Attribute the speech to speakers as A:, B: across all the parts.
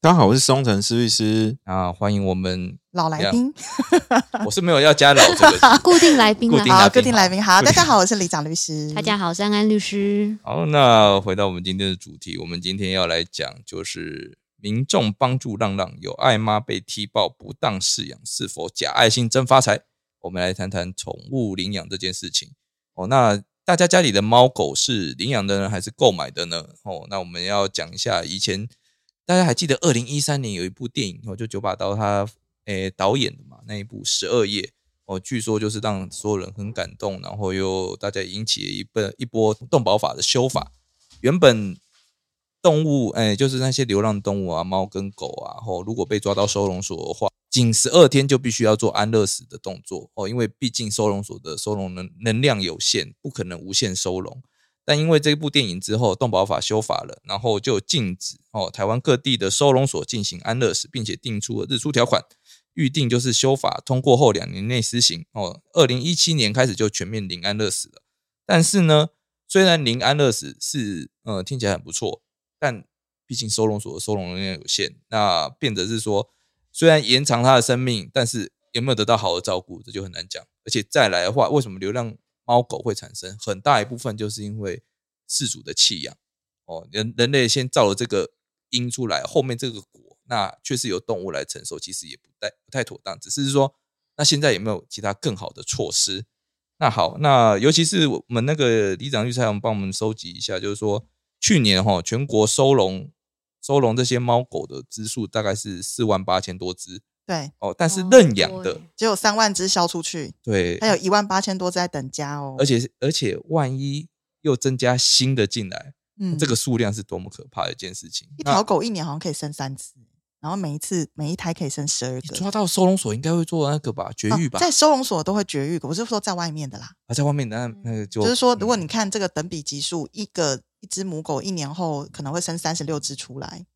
A: 大家好，我是松城思律师。
B: 啊，欢迎我们，
C: 老来宾，
B: 我是没有要加老这个字
D: 固定来宾
B: 固
D: 啦
B: 定。
C: 啊好，
B: 来宾
C: 固定来宾，好，
B: 固定
C: 大家好，我是李长律师。
D: 大家好，我是安安律师。
B: 好，那回到我们今天的主题，我们今天要来讲就是民众帮助浪浪有爱妈被踢爆不当饲养是否假爱心真发财？我们来谈谈宠物领养这件事情。哦，那大家家里的猫狗是领养的呢，还是购买的呢？哦，那我们要讲一下以前大家还记得二零一三年有一部电影哦，就九把刀他诶、导演的嘛，那一部《十二夜》。哦，据说就是让所有人很感动，然后又大家引起了一波一波动保法的修法。原本动物，哎、就是那些流浪动物啊，猫跟狗啊，哦，如果被抓到收容所的话，仅十二天就必须要做安乐死的动作哦，因为毕竟收容所的收容能能量有限，不可能无限收容。但因为这部电影之后，动保法修法了，然后就禁止哦台湾各地的收容所进行安乐死，并且定出了日出条款，预定就是修法通过后两年内施行哦。二零一七年开始就全面零安乐死了。但是呢，虽然零安乐死是呃听起来很不错，但毕竟收容所的收容能量有限，那变得是说，虽然延长它的生命，但是有没有得到好的照顾，这就很难讲。而且再来的话，为什么流浪猫狗会产生？很大一部分就是因为饲主的弃养哦，人人类先造了这个因出来，后面这个果，那确实由动物来承受，其实也不太不太妥当，只是说，那现在有没有其他更好的措施？那好，那尤其是我们那个里长预测，我们帮我们收集一下，就是说去年哈全国收容收容这些猫狗的只数大概是四万八千多只
C: 对，
B: 哦，但是
D: 哦
B: 认养的、
D: 对
C: 只有三万只销出去，
B: 对，
C: 还有一万八千多只在等家哦。
B: 而且而且万一又增加新的进来，
C: 嗯
B: 这个数量是多么可怕的一件事情。
C: 一
B: 那
C: 条狗一年好像可以生三次，然后每一次每一胎可以生十二
B: 你
C: 个。
B: 抓到收容所应该会做那个吧，绝
C: 啊
B: 育吧，
C: 在收容所都会绝育，我是说在外面的啦。
B: 啊，在外面那那个就
C: 就是说，如果
B: 嗯
C: 你看这个等比级数，一个一只母狗一年后可能会生三十六只出来，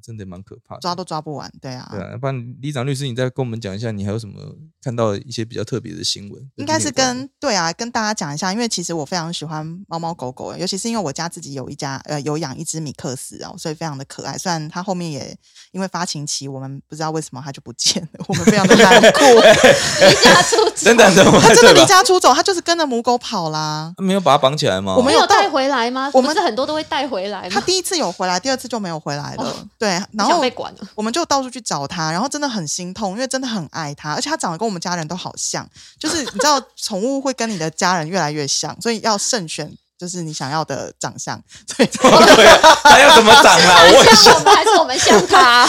B: 真的蛮可怕的，
C: 抓都抓不完。对啊，
B: 对啊，要不然李长律师，你再跟我们讲一下，你还有什么看到一些比较特别的新闻？
C: 应该
B: 今
C: 是
B: 天有关的
C: 跟对啊，跟大家讲一下，因为其实我非常喜欢猫猫狗狗，尤其是因为我家自己有一家呃有养一只米克斯哦，所以非常的可爱。虽然它后面也因为发情期，我们不知道为什么它就不见了，我们非常的难 过。
D: 离家出走，
B: 真 的真
C: 它
B: 的
C: 真的
B: 对
C: 离
B: 吧？
C: 家出走，它就是跟着母狗跑 啦。
B: 没有把它绑起来吗？
C: 我
D: 我
C: 们
D: 们
C: 有
D: 有
C: 到
D: 带回来吗？
C: 我们
D: 不是很多都会带回来
C: 它
D: 吗？
C: 第一次有回来，第二次就没有回来了。
D: 哦
C: 对，然
D: 不想
C: 后
D: 被管了，
C: 我们就到处去找它，然后真的很心痛，因为真的很爱它，而且它长得跟我们家人都好像。就是你知道，宠物会跟你的家人越来越像，所以要慎选。就是你想要的长相，所以
B: 对啊，它要怎么长 啦？我也是
D: 像我们还是我们像他？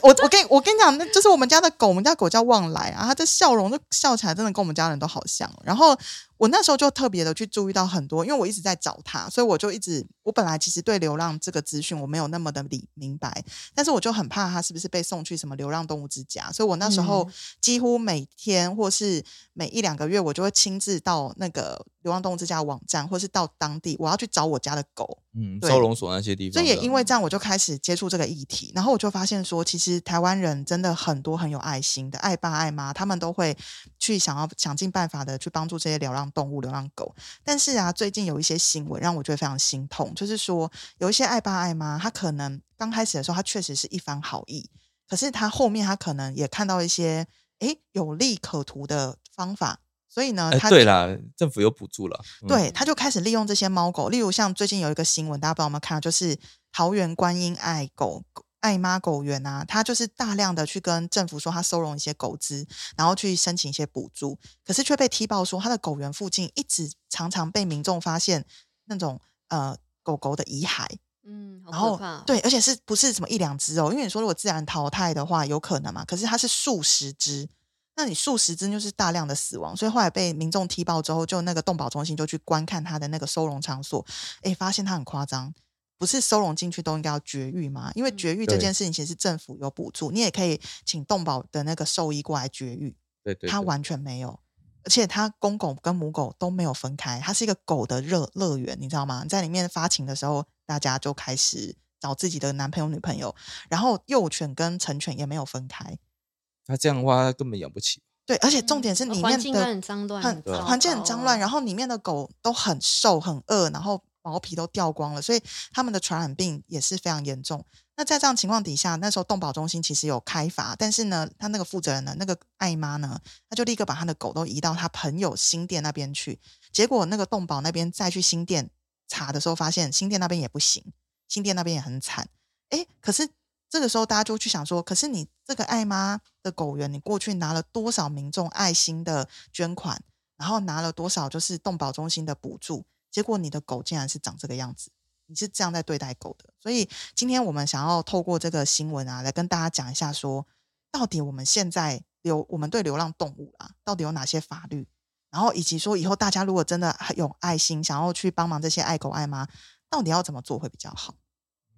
C: 我我跟我跟你讲，那就是我们家的狗，我们家狗叫旺来啊，它的笑容就笑起来真的跟我们家人都好像。然后我那时候就特别的去注意到很多，因为我一直在找它，所以我就一直我本来其实对流浪这个资讯我没有那么的理明白，但是我就很怕它是不是被送去什么流浪动物之家，所以我那时候几乎每天或是每一两个月，我就会亲自到那个流浪动物之家网站，或是到当地，我要去找我家的狗，
B: 嗯，
C: 对
B: 收容所那些地方
C: 所
B: 的，
C: 以也因为这样，我就开始接触这个议题，然后我就发现说，其实台湾人真的很多很有爱心的，爱爸爱妈，他们都会去想要想尽办法的去帮助这些流浪动物、流浪狗。但是啊，最近有一些新闻让我觉得非常心痛，就是说有一些爱爸爱妈，他可能刚开始的时候，他确实是一番好意，可是他后面他可能也看到一些诶有利可图的方法，所以呢，
B: 哎，
C: 他
B: 对啦，政府有补助了，嗯，
C: 呃对，他就开始利用这些猫狗，例如像最近有一个新闻，大家不知道有没有看到，就是桃园观音爱狗爱妈狗园啊，他就是大量的去跟政府说他收容一些狗只，然后去申请一些补助，可是却被踢爆说他的狗园附近一直常常被民众发现那种呃狗狗的遗骸，
D: 嗯，
C: 然
D: 好可
C: 后
D: 怕。，
C: 对，而且是不是什么一两只哦？因为你说如果自然淘汰的话，有可能嘛？可是它是数十只，那你数十只就是大量的死亡，所以后来被民众踢爆之后，就那个动保中心就去观看它的那个收容场所，诶，发现它很夸张。不是收容进去都应该要绝育吗？因为
D: 嗯
C: 绝育这件事情其实是政府有补助，你也可以请动保的那个兽医过来绝育，
B: 对对，
C: 它
B: 对
C: 完全没有。而且它公狗跟母狗都没有分开，它是一个狗的乐乐园，你知道吗？你在里面发情的时候，大家就开始找自己的男朋友、女朋友，然后幼犬跟成犬也没有分开。
E: 他这样的话，他根本养不起。
C: 对，而且重点是
D: 嗯
C: 里
D: 环
C: 面
D: 境
C: 的
D: 都很脏乱
C: 很
D: 很
C: 环境
D: 糟
C: 很脏
D: 糕，
C: 乱，然后里面的狗都很瘦、很饿，然后毛皮都掉光了，所以它们的传染病也是非常严重。那在这样情况底下，那时候动保中心其实有开罚，但是呢，他那个负责人呢，那个艾妈呢，他就立刻把他的狗都移到他朋友新店那边去。结果那个动保那边再去新店查的时候，发现新店那边也不行，新店那边也很惨。哎，可是这个时候大家就去想说，可是你这个爱妈的狗园，你过去拿了多少民众爱心的捐款，然后拿了多少就是动保中心的补助，结果你的狗竟然是长这个样子，你是这样在对待狗的。所以今天我们想要透过这个新闻啊，来跟大家讲一下说，到底我们现在流我们对流浪动物啊，到底有哪些法律？然后以及说以后大家如果真的很有爱心，想要去帮忙这些爱狗爱妈，到底要怎么做会比较好？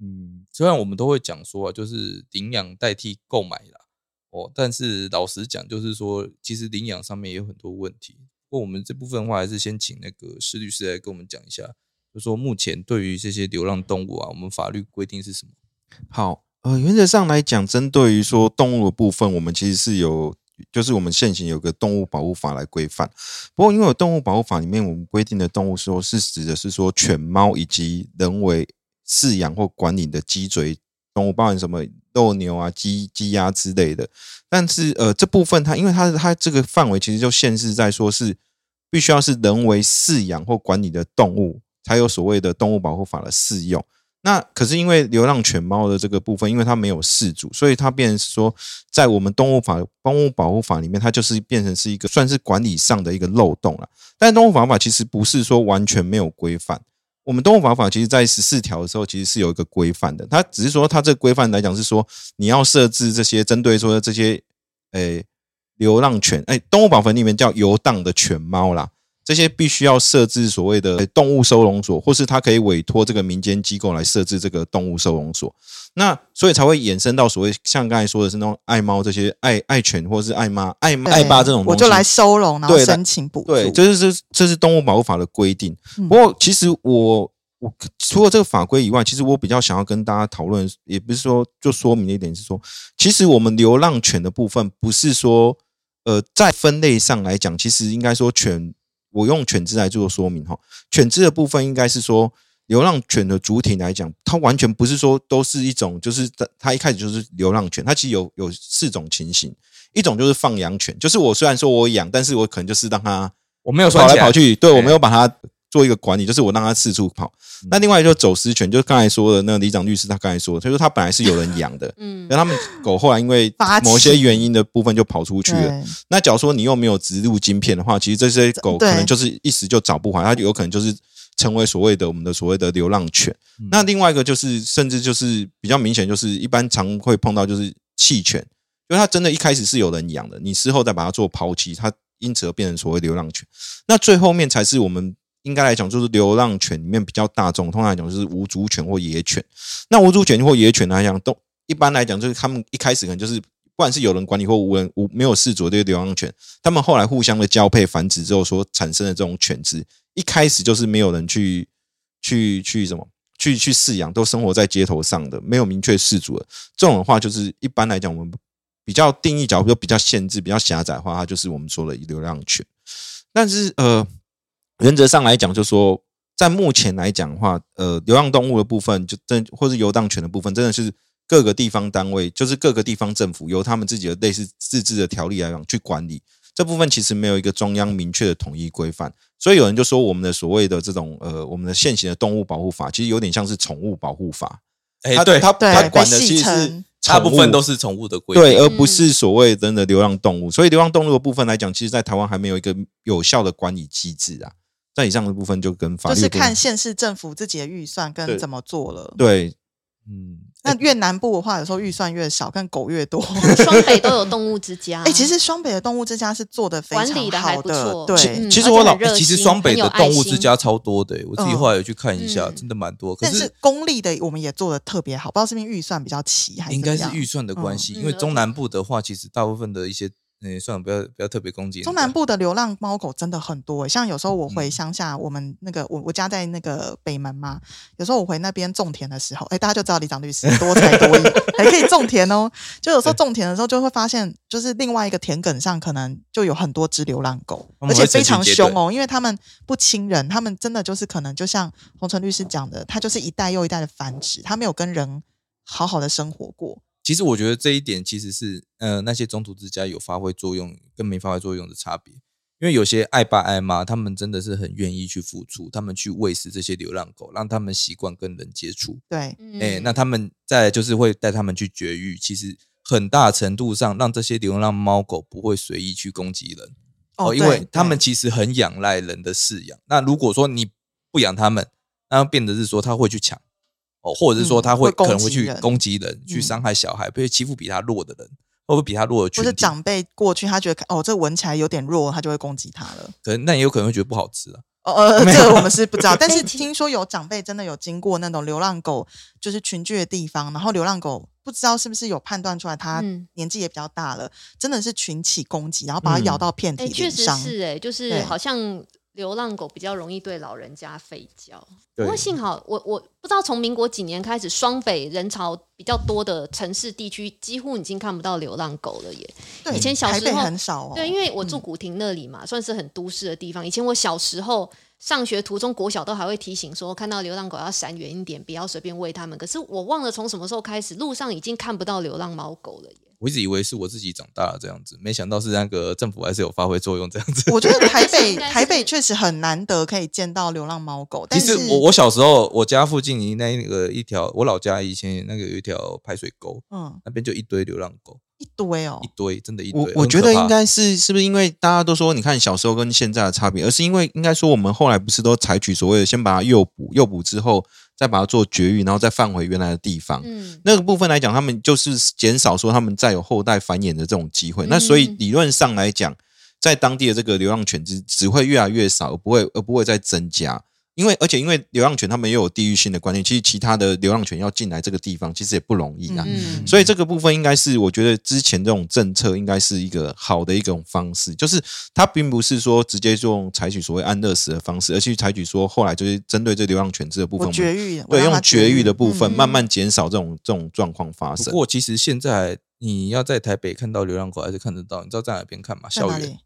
E: 嗯，虽然我们都会讲说啊，就是领养代替购买啦，哦，但是老实讲，就是说，其实领养上面也有很多问题。不过我们这部分的话，还是先请那个施律师来跟我们讲一下，就说目前对于这些流浪动物啊，我们法律规定是什么？
B: 好，呃，原则上来讲，针对于说动物的部分，我们其实是有，就是我们现行有个动物保护法来规范。不过，因为有动物保护法里面我们规定的动物说是指的是说犬猫以及人为饲养或管理的脊椎动物，包含什么斗牛啊、鸡、鸡鸭之类的。但是，呃，这部分它因为它它这个范围其实就限制在说是必须要是人为饲养或管理的动物，才有所谓的动物保护法的适用。那可是因为流浪犬猫的这个部分，因为它没有饲主，所以它变成是说，在我们动物法、动物保护法里面，它就是变成是一个算是管理上的一个漏洞了。但动物保护法其实不是说完全没有规范，我们动物保护法其实在十四条的时候，其实是有一个规范的。它只是说，它这个规范来讲是说，你要设置这些针对说这些，诶、流浪犬，诶、动物保坟里面叫游荡的犬猫啦，这些必须要设置所谓的呃动物收容所，或是它可以委托这个民间机构来设置这个动物收容所。那所以才会衍生到所谓像刚才说的是那种爱猫这些爱爱犬或是爱妈爱爱爸这种东西，
C: 我就来收容，然后
B: 对
C: 申请补助。
B: 对，这是这这是动物保护法的规定。
C: 嗯
B: 不过其实我我除了这个法规以外，其实我比较想要跟大家讨论，也不是说就说明的一点是说，其实我们流浪犬的部分不是说呃在分类上来讲，其实应该说犬，我用犬只来做说明哈，犬只的部分应该是说。流浪犬的主体来讲，它完全不是说都是一种，就是它它一开始就是流浪犬，它其实有有四种情形，一种就是放养犬，就是我虽然说我养，但是我可能就是让它
E: 我没有
B: 跑
E: 算
B: 来
E: 起来哎
B: 跑，去，对
E: 对
B: 我没有把它做一个管理，就是我让它四处跑。
E: 嗯
B: 那另外就走私犬，就是刚才说的那个李长律师，他刚才说的，他说他本来是有人养的
D: 嗯
B: 但，他们狗后来因为
C: 发情
B: 某些原因的部分就跑出去了。
C: 对
B: 那假如说你又没有植入晶片的话，其实这些狗
C: 对
B: 可能就是一时就找不回来，它有可能就是成为所谓的我们的所谓的流浪犬。
E: 嗯
B: 那另外一个就是，甚至就是比较明显，就是一般常会碰到就是弃犬，因为它真的一开始是有人养的，你事后再把它做抛弃，它因此而变成所谓流浪犬。那最后面才是我们应该来讲，就是流浪犬里面比较大众，通常来讲就是无主犬或野犬。那无主犬或野犬来讲，都一般来讲就是他们一开始可能就是。不管是有人管理或无人无没有事主的这些流浪犬，他们后来互相的交配繁殖之后所产生的这种犬只，一开始就是没有人去去去什么去去饲养，都生活在街头上的，没有明确饲主的这种的话，就是一般来讲我们比较定义，假如说比较限制、比较狭窄的话，它就是我们说的流浪犬。但是呃，原则上来讲，就说在目前来讲的话，呃，流浪动物的部分，就真或是游荡犬的部分，真的是各个地方单位，就是各个地方政府由他们自己的类似自治的条例来讲去管理。这部分其实没有一个中央明确的统一规范，所以有人就说我们的所谓的这种呃，我们的现行的动物保护法，其实有点像是宠物保护法。
E: 哎、
B: 它
E: 对，
B: 它
C: 对
B: 它
C: 被
B: 管的
C: 戏
B: 其实是
C: 称
E: 大部分
B: 宠物
E: 都是宠物的规定。
B: 对，而
D: 嗯
B: 不是所谓真的流浪动物。所以流浪动物的部分来讲，其实在台湾还没有一个有效的管理机制啊。在以上的部分就跟法律
C: 就
B: 部
C: 是
B: 分
C: 看县市政府自己的预算跟
B: 对
C: 怎么做了。
B: 对
E: 嗯，
C: 那越南部的话，有时候预算越少，但狗越 多。
D: 双北都有动物之家。
C: 哎、 其实双北的动物之家是做的非常
D: 管理得还
C: 好
D: 不错
C: 对。
D: 嗯
E: 其实我老、
D: 而且很热
E: 欸其实
D: 心
E: 双北
D: 很有
E: 的
D: 爱
E: 动物之
D: 心
E: 家超多的、我自己
C: 嗯
E: 后来有去看一下，
D: 嗯
E: 真的蛮多。可
C: 但
E: 是
C: 是公立的我们也做的特别好，不知道是不是预算比较齐还是
E: 应
C: 怎么
E: 该
C: 样
E: 是预算的关系，
D: 嗯
E: 因为中南部的话，其实大部分的一些。嗯，算了，不要不要特别攻击人家。
C: 中南部的流浪猫狗真的很多、欸，像有时候我
E: 嗯
C: 回乡下，我们那个我我家在那个北门嘛，有时候我回那边种田的时候，哎、大家就知道李长律师多才 多艺，还可以种田哦。就有时候种田的时候，就会发现，就是另外一个田埂上可能就有很多只流浪狗，而
E: 他们
C: 且
E: 会
C: 非常
E: 成群结
C: 凶哦，因为他们不亲人，他们真的就是可能就像洪晨律师讲的，他就是一代又一代的繁殖，他没有跟人好好的生活过。
E: 其实我觉得这一点其实是，呃，那些中途之家有发挥作用跟没发挥作用的差别。因为有些爱爸爱妈，他们真的是很愿意去付出，他们去喂食这些流浪狗，让他们习惯跟人接触。
C: 对，
D: 嗯
E: 哎、那他们再来就是会带他们去绝育，其实很大程度上让这些流浪猫狗不会随意去攻击人哦，因
C: 对
E: 为他们
C: 对
E: 其实很仰赖人的饲养。那如果说你不养他们，那变得是说他会去抢哦，或者是
C: 嗯
E: 说他会,、
C: 会攻
E: 可能会
C: 击
E: 去
C: 人
E: 攻击人，去
C: 嗯
E: 伤害小孩，被欺负比他弱的人，或者比他弱的群
C: 或
E: 体，
C: 者长辈过去，他觉得哦，这闻起来有点弱，他就会攻击他了。
E: 可能那也有可能会觉得不好吃啊。
C: 哦呃，
E: 没有
C: 这个我们是不知道，但是
D: 哎其
C: 听说有长辈真的有经过那种流浪狗就是群聚的地方，然后流浪狗不知道是不是有判断出来，它
D: 嗯
C: 年纪也比较大了，真的是群起攻击，然后把它咬到遍体
D: 哎，确
C: 鳞
D: 实
C: 伤。
D: 是哎、就是
C: 对
D: 好像流浪狗比较容易对老人家吠叫。
E: 对
D: 不过幸好我我不知道从民国几年开始，双北人潮比较多的城市地区，几乎已经看不到流浪狗了耶。
C: 对，
D: 以前小时
C: 台
D: 候
C: 北很少哦。
D: 对，因为我住古亭那里嘛，算是很都市的地方。以前我小时候上学途中，国小都还会提醒说，看到流浪狗要闪远一点，不要随便喂它们。可是我忘了从什么时候开始，路上已经看不到流浪猫狗了耶。
E: 我一直以为是我自己长大了这样子，没想到是那个政府还是有发挥作用这样子。
C: 我觉得台
D: 这是
C: 北
D: 应该是
C: 台北确实很难得可以见到流浪猫狗，但
E: 其
C: 是
E: 实我我小时候，我家附近那个一条，我老家以前那个有一条排水沟，
C: 嗯
E: 那边就一堆流浪狗，
C: 一堆哦
E: 一，堆，真的一堆。
B: 我
E: 很
B: 我觉
E: 可
B: 得
E: 怕
B: 应该是是不是因为大家都说，你看小时候跟现在的差别，而是因为应该说我们后来不是都采取所谓的先把它诱捕，诱捕之后再把它做绝育，然后再放回原来的地方。
D: 嗯，
B: 那个部分来讲，他们就是减少说他们再有后代繁衍的这种机会。那所以
D: 嗯
B: 理论上来讲，在当地的这个流浪犬只只会越来越少，而不会而不会再增加。因为而且因为流浪犬他们又有地域性的观念，其实其他的流浪犬要进来这个地方其实也不容易啊。
D: 嗯
B: 所以这个部分应该是，我觉得之前这种政策应该是一个好的一种方式，就是它并不是说直接用采取所谓安乐死的方式，而是采取说后来就是针对这流浪犬这个部分，
C: 我
B: 我们
C: 绝育，我
B: 对
C: 让它
B: 用绝育的部分
D: 嗯
B: 慢慢减少这种这种状况发
E: 不
B: 生。
E: 过其实现在你要在台北看到流浪狗还是看得到，你知道在哪边看吗？
C: 在
E: 校
C: 哪
E: 园
C: 里，？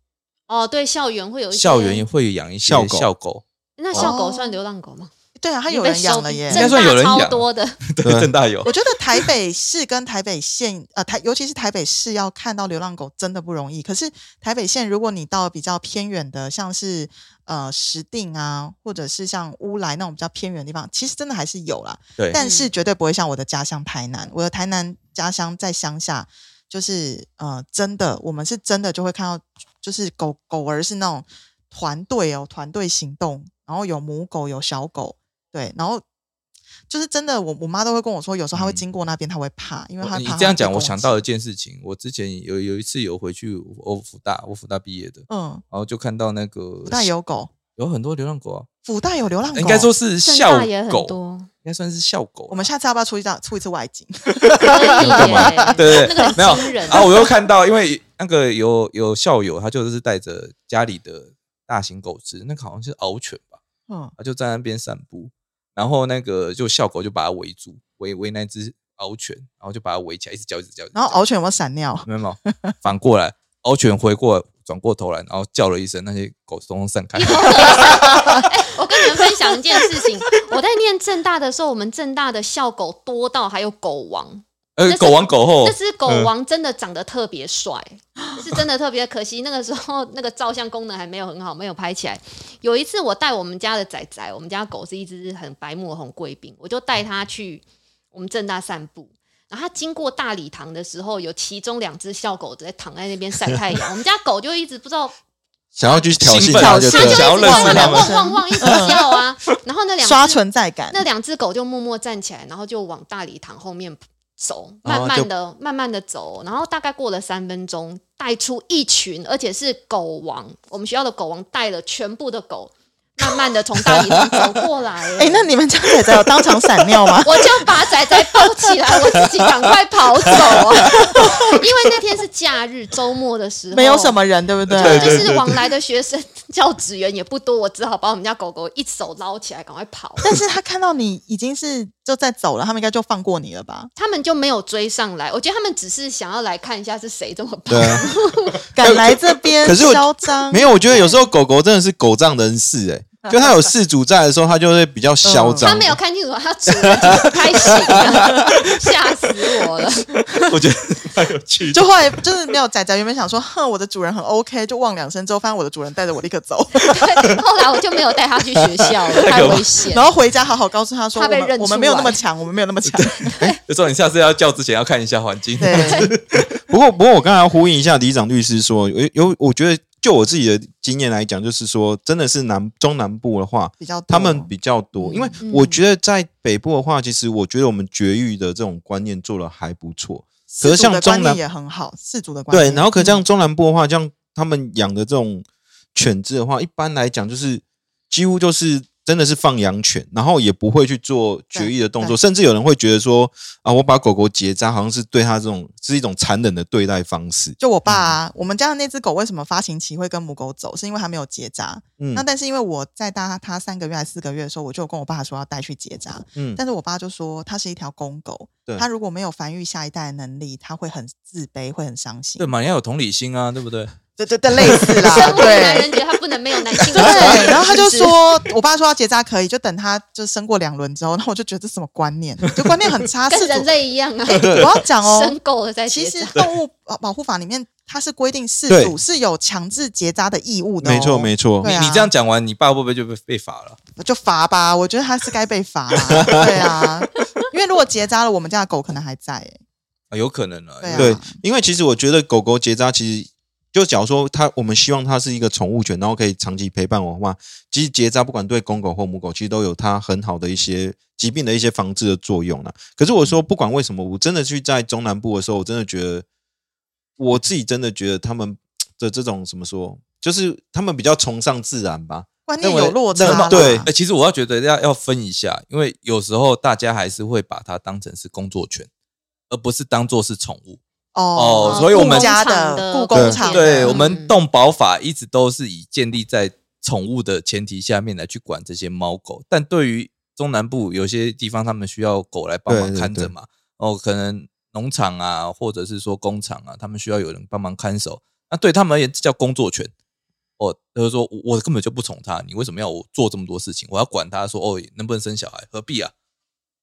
D: 哦，对，校园会有一些
E: 校园也会养一些
B: 校狗
E: 校狗，
D: 那校
C: 哦
D: 狗算流浪狗吗？
C: 对啊，它有
D: 被
C: 人养
D: 收
C: 了耶，
E: 应该算有人
D: 正大超
E: 养
D: 多 的，
E: 对，正大有
C: 我。觉得台北市跟台北县，呃，台尤其是台北市要看到流浪狗真的不容易。可是台北县，如果你到比较偏远的，像是呃石碇啊，或者是像乌来那种比较偏远的地方，其实真的还是有啦，
E: 对，
C: 但是绝对不会像我的家乡台南。我的台南家乡在乡下，就是呃，真的，我们是真的就会看到，就是狗狗儿是那种团队哦，团队行动，然后有母狗有小狗，对，然后就是真的，我我妈都会跟我说，有时候她会
E: 嗯哦
C: 经过那边，她会怕，因为她
E: 你
C: 怕
E: 这样
C: 她被
E: 讲，我
C: 攻
E: 想
C: 击
E: 到一件事情，我之前有有一次有回去我我福大，我福大毕业的，
C: 嗯，
E: 然后就看到那个
C: 福大有狗，
E: 有很多流浪狗啊，
C: 福大有流浪狗，
E: 应该说是
D: 正
E: 校
D: 大也很
E: 狗，
D: 多。
E: 应该算是校狗啦。
C: 我们下次要不要出一道出一次外景？
D: 干
B: 嘛
E: 对对
D: 那个
E: 对，
D: 很
E: 没有
D: 惊人
E: 啊！我又看到，因为那个有有校友，他就是带着家里的大型狗只，那个好像是獒犬吧，
C: 嗯，
E: 他就在那边散步，然后那个就校狗就把它围住，围围那只獒犬，然后就把它围起来，一直叫，一直叫。一直
C: 然后
E: 叫
C: 獒犬有没有闪尿？
E: 没有没有，反过来，獒犬回过来转过头来，然后叫了一声，那些狗通通散开。
D: 我跟你们分享一件事情， 我在念正大的时候，我们正大的校狗多到还有狗王，
E: 呃，狗王狗后
D: 这， 只狗
E: 嗯
D: 王真的长得特别帅，是真的特别可惜。那个时候那个照相功能还没有很好，没有拍起来。有一次我带我们家的仔仔，我们家狗是一只很白目的红贵宾，我就带它去我们正大散步。然后它经过大礼堂的时候，有其中两只校狗在躺在那边晒太阳，我们家狗就一直不知道
B: 想要去挑衅
E: 兴
B: 它
E: 奋
B: 就
E: 想
B: 对
E: 要
B: 了。
E: 认识他
D: 汪
E: 们
D: 汪汪汪一直叫啊， 然后那两只
C: 刷存在感，
D: 那两只狗就默默站起来，然后就往大礼堂后面走，
B: 然
D: 慢
B: 后
D: 慢的、慢慢的走，然后大概过了三分钟，带出一群，而且是狗王，我们学校的狗王带了全部的狗，慢慢慢的从大椅上走过来。？
C: 哎、那你们家仔仔有当场闪尿吗
D: 我就把仔仔抱起来，我自己赶快跑走，啊 因为那天是假日，周末的时候
C: 没有什。么人，对不 对？
B: 对
D: 就
B: 对
D: 呃是往来的学生、教职员也不多，我只好把我们家狗狗一手捞起来，赶快 跑。
C: 但是他看到你已经是就在走了，他们应该就放过你了吧？
D: 他们就没有追上来，我觉得他们只是想要来看一下是谁这么棒。
B: 对啊，
C: 敢来这边
B: 可是我
C: 嚣张，
B: 没有，我觉得有时候狗狗真的是狗仗人势，哎，就它有事主在的时候，它就会比较嚣张。
D: 他没有，看清楚，他主人怎么开心啊，吓死 我了！
B: 我觉得蛮有趣的
C: 就。后来就是没有仔仔原本想说，哼，我的主人很 OK，就汪两声之后，发现我的主人带着我立刻走，
D: 对后来我就没有带他去学 校了，太危险
C: 然。后回家好好告诉他说，
D: 他被
C: 我们
D: 认出
C: 我们没有那么
D: 来
C: 强，我们没有那么强，
E: 就说你下次要叫之前要看一下环境。
C: 对，
B: 不过，不过我刚才要呼应一下李长律师说，有有，我觉得就我自己的经验来讲，就是说，真的是南中南部的话，
C: 比较多
B: 他们比较多，
C: 嗯
B: 因为我觉得在北部的话，其实我觉得我们绝育的这种观念做的还不错。
C: 氏
B: 可是
C: 族
B: 像
C: 的
B: 中
C: 观
B: 南
C: 念也很好，氏族的观
B: 对，
C: 念，嗯
B: 然后可像中南部的话，像他们养的这种犬只的话，一般来讲就是几乎就是真的是放养犬，然后也不会去做绝育的动作，
C: 对
B: 甚至有人会觉得说啊，我把狗狗结扎，好像是对它这种是一种残忍的对待方式。
C: 就我爸、啊，我们家的那只狗为什么发情期会跟母狗走，是因为它没有结扎。
B: 嗯
C: 那但是因为我在大它三个月还是四个月的时候，我就有跟我爸说要带去结扎，
B: 嗯，
C: 但是我爸就说它是一条公狗
B: 对，
C: 它如果没有繁育下一代的能力，它会很自卑，会很伤心
E: 对。嘛，你要有同理心啊，对不对？
C: 对对对，类似啦
D: 生，为男
C: 对。
D: 人觉得他不能没有男 性
C: 对
D: 观 念，
C: 然后他就是
D: 不是
C: 说，我爸说要结扎可以，就等他就生过两轮之后，然后我就觉得这什么观念，就观念很差。
D: 跟
C: 是
D: 人类一样啊，
C: 我要讲哦，
D: 生够了再
C: 其
D: 结
C: 实
D: 扎。
C: 动物保保护法里面，它是规定饲
B: 对
C: 主是有强制结扎的义务的、哦，
B: 没错没错
C: 对，啊
E: 你这样讲完，你爸会不会就被被罚了？
C: 就罚吧，我觉得它是该被罚、 啊，对啊，因为如果结扎了，我们家的狗可能还在、欸，
E: 啊，有可能了。
C: 对啊
B: 对，因为其实我觉得狗狗结扎其实。就假如说它，我们希望它是一个宠物犬，然后可以长期陪伴我的话，其实结扎不管对公狗或母狗，其实都有它很好的一些疾病的一些防治的作用啦。可是我说，不管为什么，我真的去在中南部的时候，我真的觉得，我自己真的觉得他们的这种怎么说，就是他们比较崇尚自然吧。
C: 观念有落差
B: 认为
C: 啦，
B: 对
E: 哎、其实我要觉得要要分一下，因为有时候大家还是会把它当成是工作犬，而不是当做是宠物。
C: 哦
E: 哦所以我们
C: 顾家的故工
B: 好
C: 厂的，
E: 对，
D: 嗯
E: 我们动保法一直都是以建立在宠物的前提下面来去管这些猫狗，但对于中南部有些地方，他们需要狗来帮忙
B: 对对
E: 看
B: 对
E: 着嘛，哦，可能农场啊，或者是说工厂啊，他们需要有人帮忙看守，那对他们而言这叫工作权。哦，就是说我我根本就不宠他，你为什么要我做这么多事情？我要管他说哦，能不能生小孩？何必啊？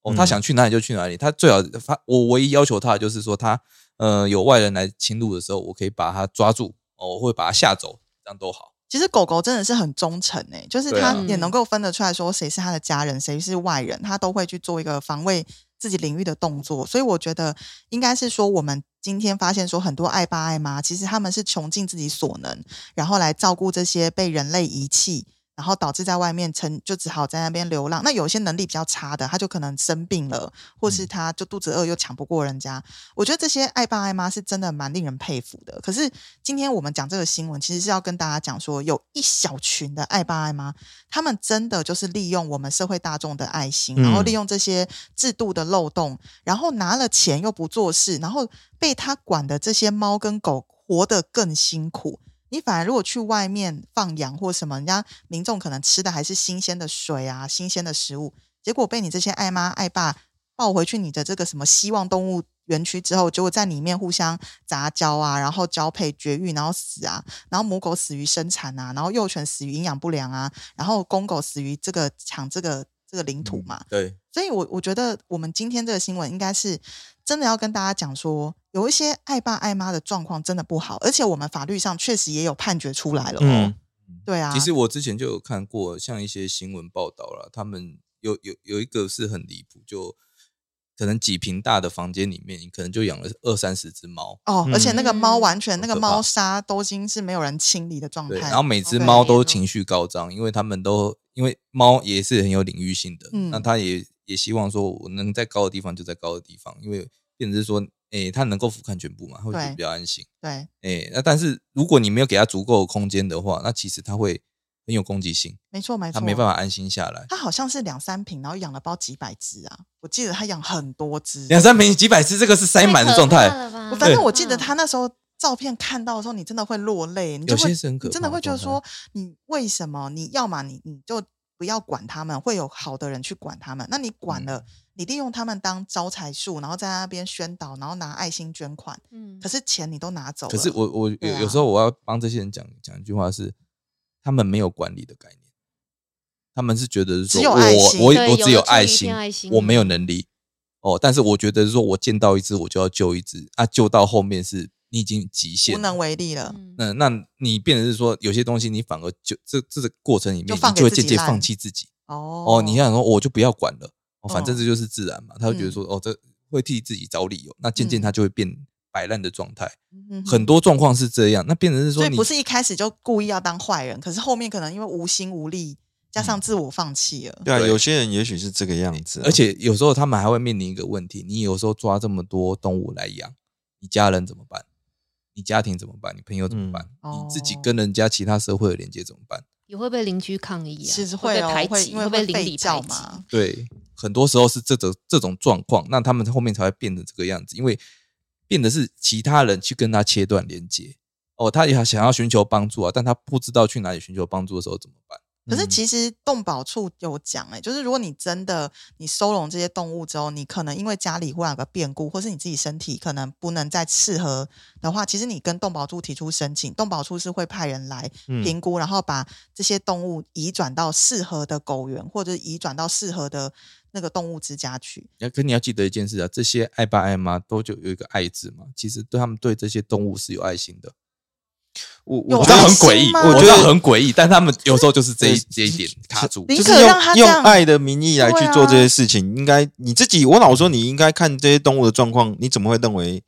E: 哦，他
B: 嗯
E: 想去哪里就去哪里，他最好他我唯一要求他的就是说他呃有外人来侵入的时候，我可以把他抓住，哦，我会把他吓走，这样都好。
C: 其实狗狗真的是很忠诚诶、就是
E: 对
C: 它
E: 啊
C: 也能够分得出来说谁是它的家人，谁是外人，它都会去做一个防卫自己领域的动作。所以我觉得应该是说，我们今天发现说很多爱爸爱妈，其实他们是穷尽自己所能，然后来照顾这些被人类遗弃。然后导致在外面成就只好在那边流浪。那有些能力比较差的，他就可能生病了，或是他就肚子饿又抢不过人家。我觉得这些爱爸爱妈是真的蛮令人佩服的。可是今天我们讲这个新闻，其实是要跟大家讲说，有一小群的爱爸爱妈，他们真的就是利用我们社会大众的爱心，
B: 嗯
C: 然后利用这些制度的漏洞，然后拿了钱又不做事，然后被他管的这些猫跟狗活得更辛苦。你反而如果去外面放羊或什么，人家民众可能吃的还是新鲜的水啊、新鲜的食物，结果被你这些爱妈爱爸抱回去你的这个什么希望动物园区之后，结果在里面互相杂交啊，然后交配绝育，然后死啊，然后母狗死于生产啊，然后幼犬死于营养不良啊，然后公狗死于这个抢这个这个领土嘛。
E: 对，
C: 所以我，我觉得我们今天这个新闻应该是真的要跟大家讲说，有一些爱爸爱妈的状况真的不好，而且我们法律上确实也有判决出来了、哦。
B: 嗯，
C: 对啊，
E: 其实我之前就有看过，像一些新闻报道啦，他们有有有一个是很离谱，就可能几平大的房间里面，你可能就养了二三十只猫，
C: 哦，而且那个猫
D: 嗯
C: 完全那个
E: 很可怕
C: 猫砂都已经是没有人清理的状态，
E: 对，然后每只
C: 对
E: 猫
D: 对
E: 都
D: 啊
E: 情绪高涨，因为他们都因为猫也是很有领域性的，
C: 嗯
E: 那它也也希望说我能在高的地方就在高的地方，因为变成是说，诶、它能够俯瞰全部嘛，会觉得
C: 对
E: 比较安心。
C: 对
E: 诶、那但是如果你没有给它足够的空间的话，那其实它会很有攻击性，
C: 没错没错，
E: 它没办法安心下来。
C: 他好像是两三瓶，然后养了包几百只啊！我记得他养很多只，
E: 两三瓶几百只，这个是塞满的状哎态。
C: 我反正
D: 对
C: 我记得他那时候照片看到的时候，你真的会落泪，你就
E: 有
C: 会
E: 些是很可
C: 你真的
E: 怕的
C: 会觉得
E: 状
C: 说，你为什么？你要么你你就不要管他们，会有好的人去管他们。那你管
E: 嗯
C: 了，你利用他们当招财树，然后在那边宣导，然后拿爱心捐款，
D: 嗯
C: 可是钱你都拿走了。
E: 可是我我有
C: 对啊
E: 有时候我要帮这些人讲讲一句话是，他们没有管理的概念，他们是觉得是说
C: 只有
E: 我
C: 爱心
E: 我
D: 对
E: 我
D: 有
E: 只
D: 的
E: 有
D: 出于
E: 爱
D: 一
E: 心
D: 片爱心
E: 我没有能力哦。但是我觉得是说我见到一只我就要救一只啊，救到后面是你已经极限
C: 无
E: 了，
C: 能为力了，
D: 嗯
E: 嗯，那你变成是说，有些东西你反而就这这个过程里面，
C: 就
E: 你
C: 放给
E: 就会
C: 自己
E: 渐渐
C: 烂
E: 放弃自己。
C: 哦
E: 哦，你想说，哦我就不要管了，哦、反
C: 嗯
E: 正这就是自然嘛。他会觉得说，哦，这会替自己找理由。那渐渐
C: 嗯
E: 他就会变摆烂的状态，
C: 嗯哼
E: 很多状况是这样。那变成是
C: 所
E: 说
C: 以
E: 你，
C: 不是一开始就故意要当坏人，可是后面可能因为无心无力，加
B: 嗯
C: 上自我放弃了，
B: 对啊，
E: 对
B: 有些人也许是这个样子啊，
E: 而且有时候他们还会面临一个问题：你有时候抓这么多动物来养，你家人怎么办？你家庭怎么办？你朋友怎么
B: 嗯
E: 办？
C: 哦
E: 你自己跟人家其他社会的连接怎么办？
D: 也会被邻居抗议啊，
C: 其实
D: 会
C: 会
D: 被
C: 哦，
D: 排
C: 会
D: 挤，
C: 因为
D: 被
C: 会
D: 邻
C: 被
D: 里
C: 叫
D: 排挤。
C: 嘛，
E: 对，很多时候是这种这种状况，那他们后面才会变成这个样子，因为变得是其他人去跟他切断连接。哦，他也想要寻求帮助啊，但他不知道去哪里寻求帮助的时候怎么办。
C: 可是
B: 嗯
C: 其实动保处有讲哎、就是如果你真的你收容这些动物之后，你可能因为家里忽然有个变故，或是你自己身体可能不能再适合的话，其实你跟动保处提出申请，动保处是会派人来
B: 嗯
C: 评估，然后把这些动物移转到适合的狗园，或者是移转到适合的那个动物之家去。
E: 要可你要记得一件事啊，这些爱爸爱妈都就有一个爱字嘛，其实对他们对这些动物是有爱心的。
B: 我
C: 有
B: 我
E: 我
B: 觉
E: 知道
B: 得
E: 很诡
C: 爱
E: 异，
C: 心吗
E: 我
B: 我
E: 知
B: 觉
E: 道
B: 得
E: 很诡异，但他们有时候就是这一
B: 对
E: 这一点卡住。
C: 你
B: 就是
C: 可
B: 用
C: 让他这
B: 用
C: 样
B: 爱的名义来去
C: 对啊
B: 做这些事情，应该你自己，我老说你应该看这些动物的状况，你怎么会认为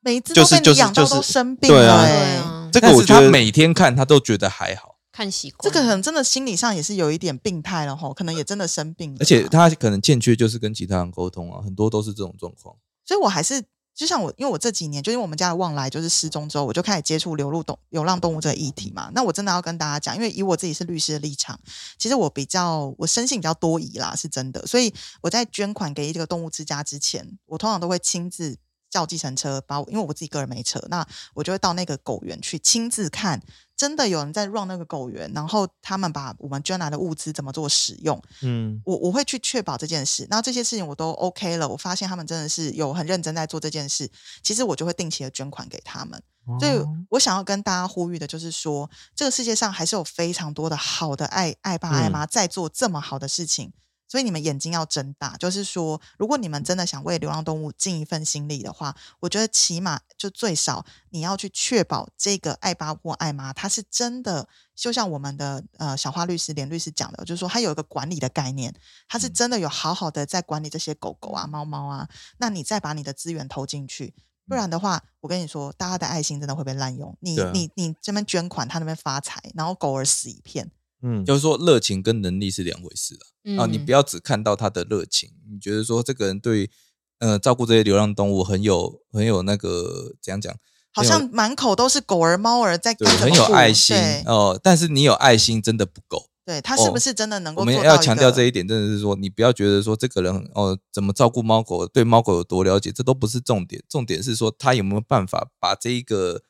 C: 每一只
B: 就
C: 都
B: 是
C: 被你
B: 就是
C: 养到
B: 就是
C: 都生病了、
B: 对啊
C: 欸
D: 对啊，
B: 这个？
E: 但
B: 我
E: 是
B: 觉
E: 他
B: 得
E: 每天看他都觉得还好，
D: 看习惯
C: 这个很真的心理上也是有一点病态了吼，可能也真的生病了啦，
E: 而且他可能欠缺就是跟其他人沟通啊，很多都是这种状况。
C: 所以我还是就像我，因为我这几年，就因为我们家的旺来就是失踪之后，我就开始接触流入动流浪动物这个议题嘛。那我真的要跟大家讲，因为以我自己是律师的立场，其实我比较我生性比较多疑啦，是真的。所以我在捐款给这个动物之家之前，我通常都会亲自。叫计程车把我，因为我自己个人没车，那我就会到那个狗园去亲自看，真的有人在 run 那个狗园，然后他们把我们捐来的物资怎么做使用，
B: 嗯
C: 我我会去确保这件事，那这些事情我都 OK 了，我发现他们真的是有很认真在做这件事，其实我就会定期的捐款给他们。所以我想要跟大家呼吁的就是说，这个世界上还是有非常多的好的爱爱爸爱妈在做这么好的事情，所以你们眼睛要睁大。就是说，如果你们真的想为流浪动物尽一份心力的话，我觉得起码就最少你要去确保这个爱爸或爱妈他是真的，就像我们的呃小花律师连律师讲的，就是说他有一个管理的概念，他
E: 嗯
C: 是真的有好好的在管理这些狗狗啊、猫猫啊，那你再把你的资源投进去，不然的话，我跟你说，大家的爱心真的会被滥用。你、
E: 嗯对啊
C: 你你这边捐款，他那边发财，然后狗儿死一片。
B: 嗯，
E: 就是说热情跟能力是两回事啊。
C: 嗯
B: 哦
E: 啊，你不
D: 要
E: 要只看到他的热情，你觉得说这个人对呃照顾这些流浪动物很有很有那个怎样讲，
C: 好像满口都是狗儿、猫儿在
E: 对，
C: 干什
E: 很
C: 么
E: 有
C: 事
E: 爱心
C: 对
E: 哦、但是你有爱心真的不够。
C: 对，他是
E: 哦
C: 不是真的能
E: 我
C: 够
E: 们
C: 做到
E: 要强调这
C: 一
E: 一点，真的是说你不要觉得说这个人哦怎么照顾猫狗，对猫狗有多了解，这都不是重点，重点是说他有没有办法把这一个。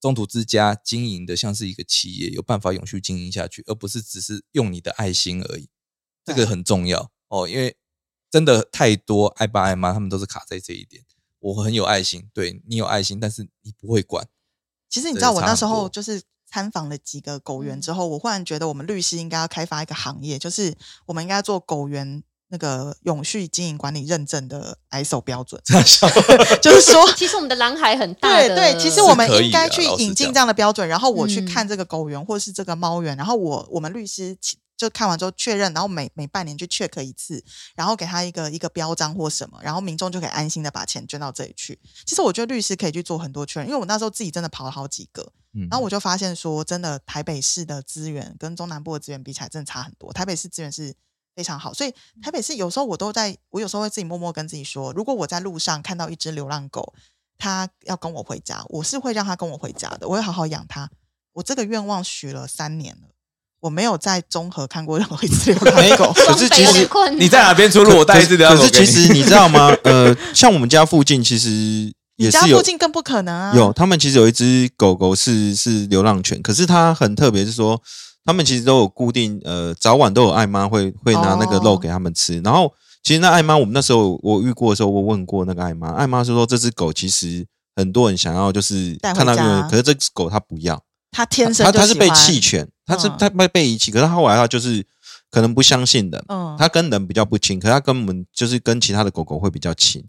E: 中途之家经营的像是一个企业，有办法永续经营下去，而不是只是用你的爱心而已。这个
C: 对
E: 很重要哦，因为真的太多爱爸爱妈，他们都是卡在这一点。我很有爱心，对你有爱心，但是你不会管，
C: 其实你
E: 对嗯
C: 知道，我
E: 差
C: 那
E: 很
C: 时候
E: 多
C: 就是参访了几个狗园之后，我忽然觉得我们律师应该要开发一个行业，就是我们应该做狗园那个永续经营管理认证的 ISO 标 准，就是说。
D: 其实我们的蓝海很大
C: 对
D: 的
C: 对，其实
E: 是
C: 我们
E: 可
C: 应
E: 以
C: 该
E: 的
C: 去
E: 老实
C: 引进
E: 讲
C: 这样的标准，然后我去
D: 嗯
C: 看这个狗园或是这个猫园，然后我我们律师其就看完之后确认，然后每每半年去 check 一次，然后给他一个一个标章或什么，然后民众就可以安心的把钱捐到这里去。其实我觉得律师可以去做很多确认，因为我那时候自己真的跑了好几个，
E: 嗯，
C: 然后我就发现说，真的台北市的资源跟中南部的资源比起来，真的差很多。台北市资源是非常好，所以
D: 嗯
C: 台北市有时候我都在，我有时候会自己默默跟自己说，如果我在路上看到一只流浪狗，它要跟我回家，我是会让它跟我回家的，我会好好养它。我这个愿望许了三年了，我没有在综合看过任何一次流浪狗。
B: 可是其
D: 有点
B: 实啊
D: 困
C: 嗯
D: 难。
E: 你在哪边出入？我带一只流浪
B: 可
E: 狗
B: 是
E: 给
B: 其
E: 你。
B: 实你知道 吗？呃，像我们家附近其实也
C: 你家
B: 是
C: 附
B: 有
C: 近更不可能啊！
B: 有，他们其实有一只狗狗是是流浪犬，可是它很特别，是说他们其实都有固定，呃，早晚都有艾妈会会拿那个肉
C: 哦
B: 给他们吃。然后其实那艾妈，我们那时候我遇过的时候，我问过那个艾妈，艾妈是说这只狗其实很多人想要就是
C: 带回
B: 看到那
C: 家
B: 个，可是这只狗它不要，
C: 它天生
B: 它
C: 就
B: 它是
C: 喜
B: 被
C: 欢
B: 弃，犬，它是
C: 嗯
B: 它被被遗弃，可是它后来它就是可能不相信人，
C: 嗯，
B: 它跟人比较不亲，可它跟我们就是跟其他的狗狗会比较亲。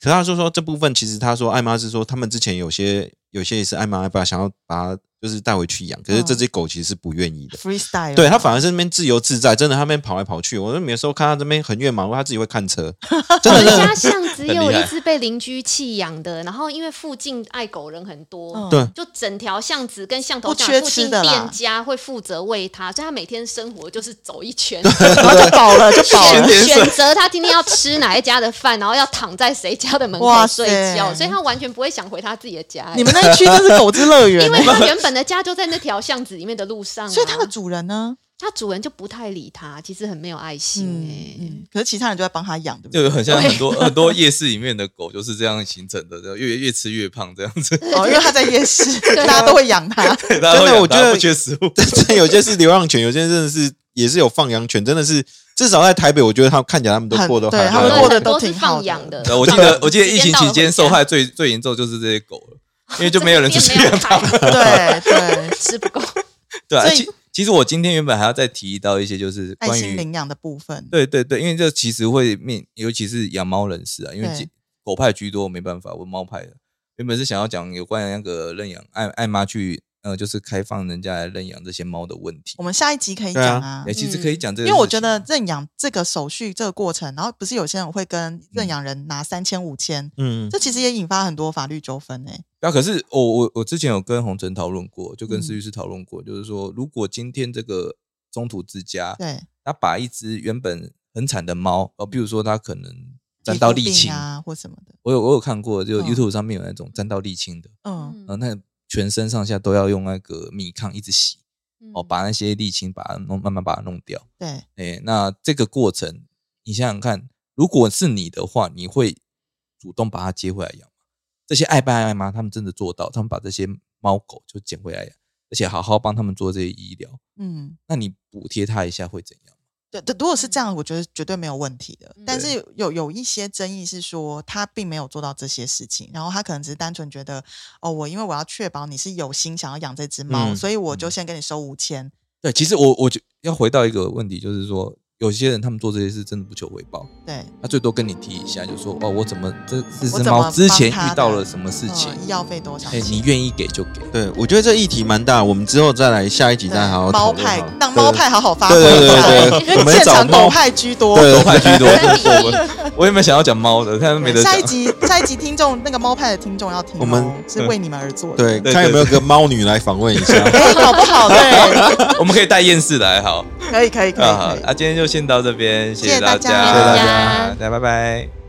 B: 可他就说这部分其实他说艾妈是说他们之前有些有些也是艾妈艾爸想要把它就是带回去养，可是
C: 嗯
B: 这只狗其实是不愿意的。
C: freestyle，
B: 对它反而是那边自由自在，真的它那边跑来跑去。我有时候看它这边横越马路，它自己会看车，真
D: 我
B: 的
D: 们
B: 真的
D: 家巷子也有
E: 很厉
D: 一
E: 害
D: 只被邻居弃养的，然后因为附近爱狗人很多，
C: 嗯
B: 对
D: 就整条巷子跟巷头
C: 不
D: 巷
C: 缺
D: 附
C: 吃
D: 近
C: 的啦
D: 店家会负责喂它，所以它每天生活就是走 一圈，
B: 啊
C: 然后就饱了，就饱
E: 是
C: 了
E: 的。
D: 选选择它今天要吃哪一家的饭，然后要躺在谁家的门
C: 哇
D: 口
C: 塞
D: 睡觉，所以它完全不会想回它自己的家、欸
C: 你们那一区真是狗之乐园
D: 因为
C: 欸，
D: 它原本的家就在那条巷子里面的路上、啊，
C: 所以它的主人呢，
D: 它主人就不太理它，其实很没有爱心哎、
C: 嗯嗯，可是其他人就在帮它养，对不
E: 就
C: 对？
E: 很像很多很多夜市里面的狗就是这样形成的，这样越越吃越胖这样子。
C: 哦，因为它在夜市，
D: 对
C: 大家都会养它。
E: 真的
B: 我觉得
E: 不缺食物，
B: 真的有些是流浪犬，有些真的是也是有放养犬，真的是至少在台北，我觉得它看起来他们都
C: 很
B: 过得
C: 对
B: 还
C: 他
B: 蛮
C: 们
B: 好
C: 过
B: 的
C: 得都
D: 很多是
C: 挺好
D: 放养的，
E: 呃我 记得我记得疫
D: 时间
E: 情
D: 到
E: 期
D: 了
E: 间
D: 回
E: 受
D: 家
E: 害最最严重就是这些狗了，因为就没有人 出
D: 这
E: 去
D: 边没有
E: 养它
D: 开
E: 们。
C: 对对，
D: 吃不够，
E: 对啊，
C: 所以
E: 其其实我今天原本还要再提到一些就是
C: 爱
E: 关
C: 心
E: 于
C: 领养的部分，
E: 对对对，因为这其实会面，尤其是养猫人士啊，因为
C: 对
E: 其狗派居多，没办法，我猫派的。原本是想要讲有关于那个认养爱爱妈去，呃，就是开放人家来认养这些猫的问题
C: 我。们下一集可以
B: 对啊
C: 讲啊
E: 哎、。其实可以讲这个
C: 因
E: 事情啊，
C: 为我觉得认养这个手续这个过程，然后不是有些人会跟认养人拿三千五千，
B: 嗯，
C: 这其实也引发很多法律纠纷欸诶。
E: 啊，可是我我我之前有跟洪晨讨论过，就跟
C: 嗯
E: 思律师讨论过，就是说，如果今天这个中途之家，
C: 对，
E: 他把一只原本很惨的猫，呃，比如说它可能沾
C: 皮
E: 到
C: 肤
E: 沥
C: 病
E: 青，
C: 啊或什么的，
E: 我有我有看过，就
C: 嗯
E: YouTube 上面有那种沾到沥青的，
C: 嗯，
E: 呃，那全身上下都要用那个米糠一直洗，哦，
C: 嗯
E: 把那些沥青把它弄慢慢把它弄掉。
C: 对，
E: 哎，那这个过程，你想想看，如果是你的话，你会主动把它接回来养吗？这些爱爸爱妈他们真的做到，他们把这些猫狗就捡回来养，而且好好帮他们做这些医疗，
C: 嗯。
E: 那你补贴他一下会怎样？
C: 对对，如果是这样，我觉得绝对没有问题的。但
E: 对
C: 是有有一些争议是说，他并没有做到这些事情，然后他可能只是单纯觉得，哦，我因为我要确保你是有心想要养这只猫，
B: 嗯
C: 所以我就先给你收五千。
E: 对，其实我我就要回到一个问题，就是说有些人他们做这些事真的不求回报，
C: 对，
E: 他最多跟你提一下，就说哦，我怎么这这
C: 我
E: 只
C: 怎
E: 猫
C: 么
E: 之前
C: 帮它
E: 遇到
C: 的
E: 了什么事情？
C: 嗯，医药费多少
E: 哎、
C: 钱？
E: 你愿意给就给。
B: 对，我觉得这议题蛮大，我们之后再来下一集
C: 对
B: 再好好讨
C: 猫
B: 论
C: 派
B: 好了
C: 让
B: 对
C: 猫派好好发挥
B: 对对
C: 一下，
B: 对对对，我
C: 因为
B: 们
C: 现
B: 找
C: 场
B: 猫
C: 狗派居多。
B: 对
E: 狗派居多，
D: 三比一
E: 我 我原本想要讲猫的，但是没得讲
C: 下一。集，下一集听众那个猫派的听众要听哦，
B: 我们
C: 是为你们而做的。
B: 对，看有没有个猫女来访问一下。
C: 哎，搞不好对，
E: 我们可以带厌世来好
C: 可以可以可以
E: 啊好
C: 可以。
E: 啊，今天就先到这边，
C: 谢
E: 谢
C: 谢
E: 大
C: 大家
E: 家，大家拜拜。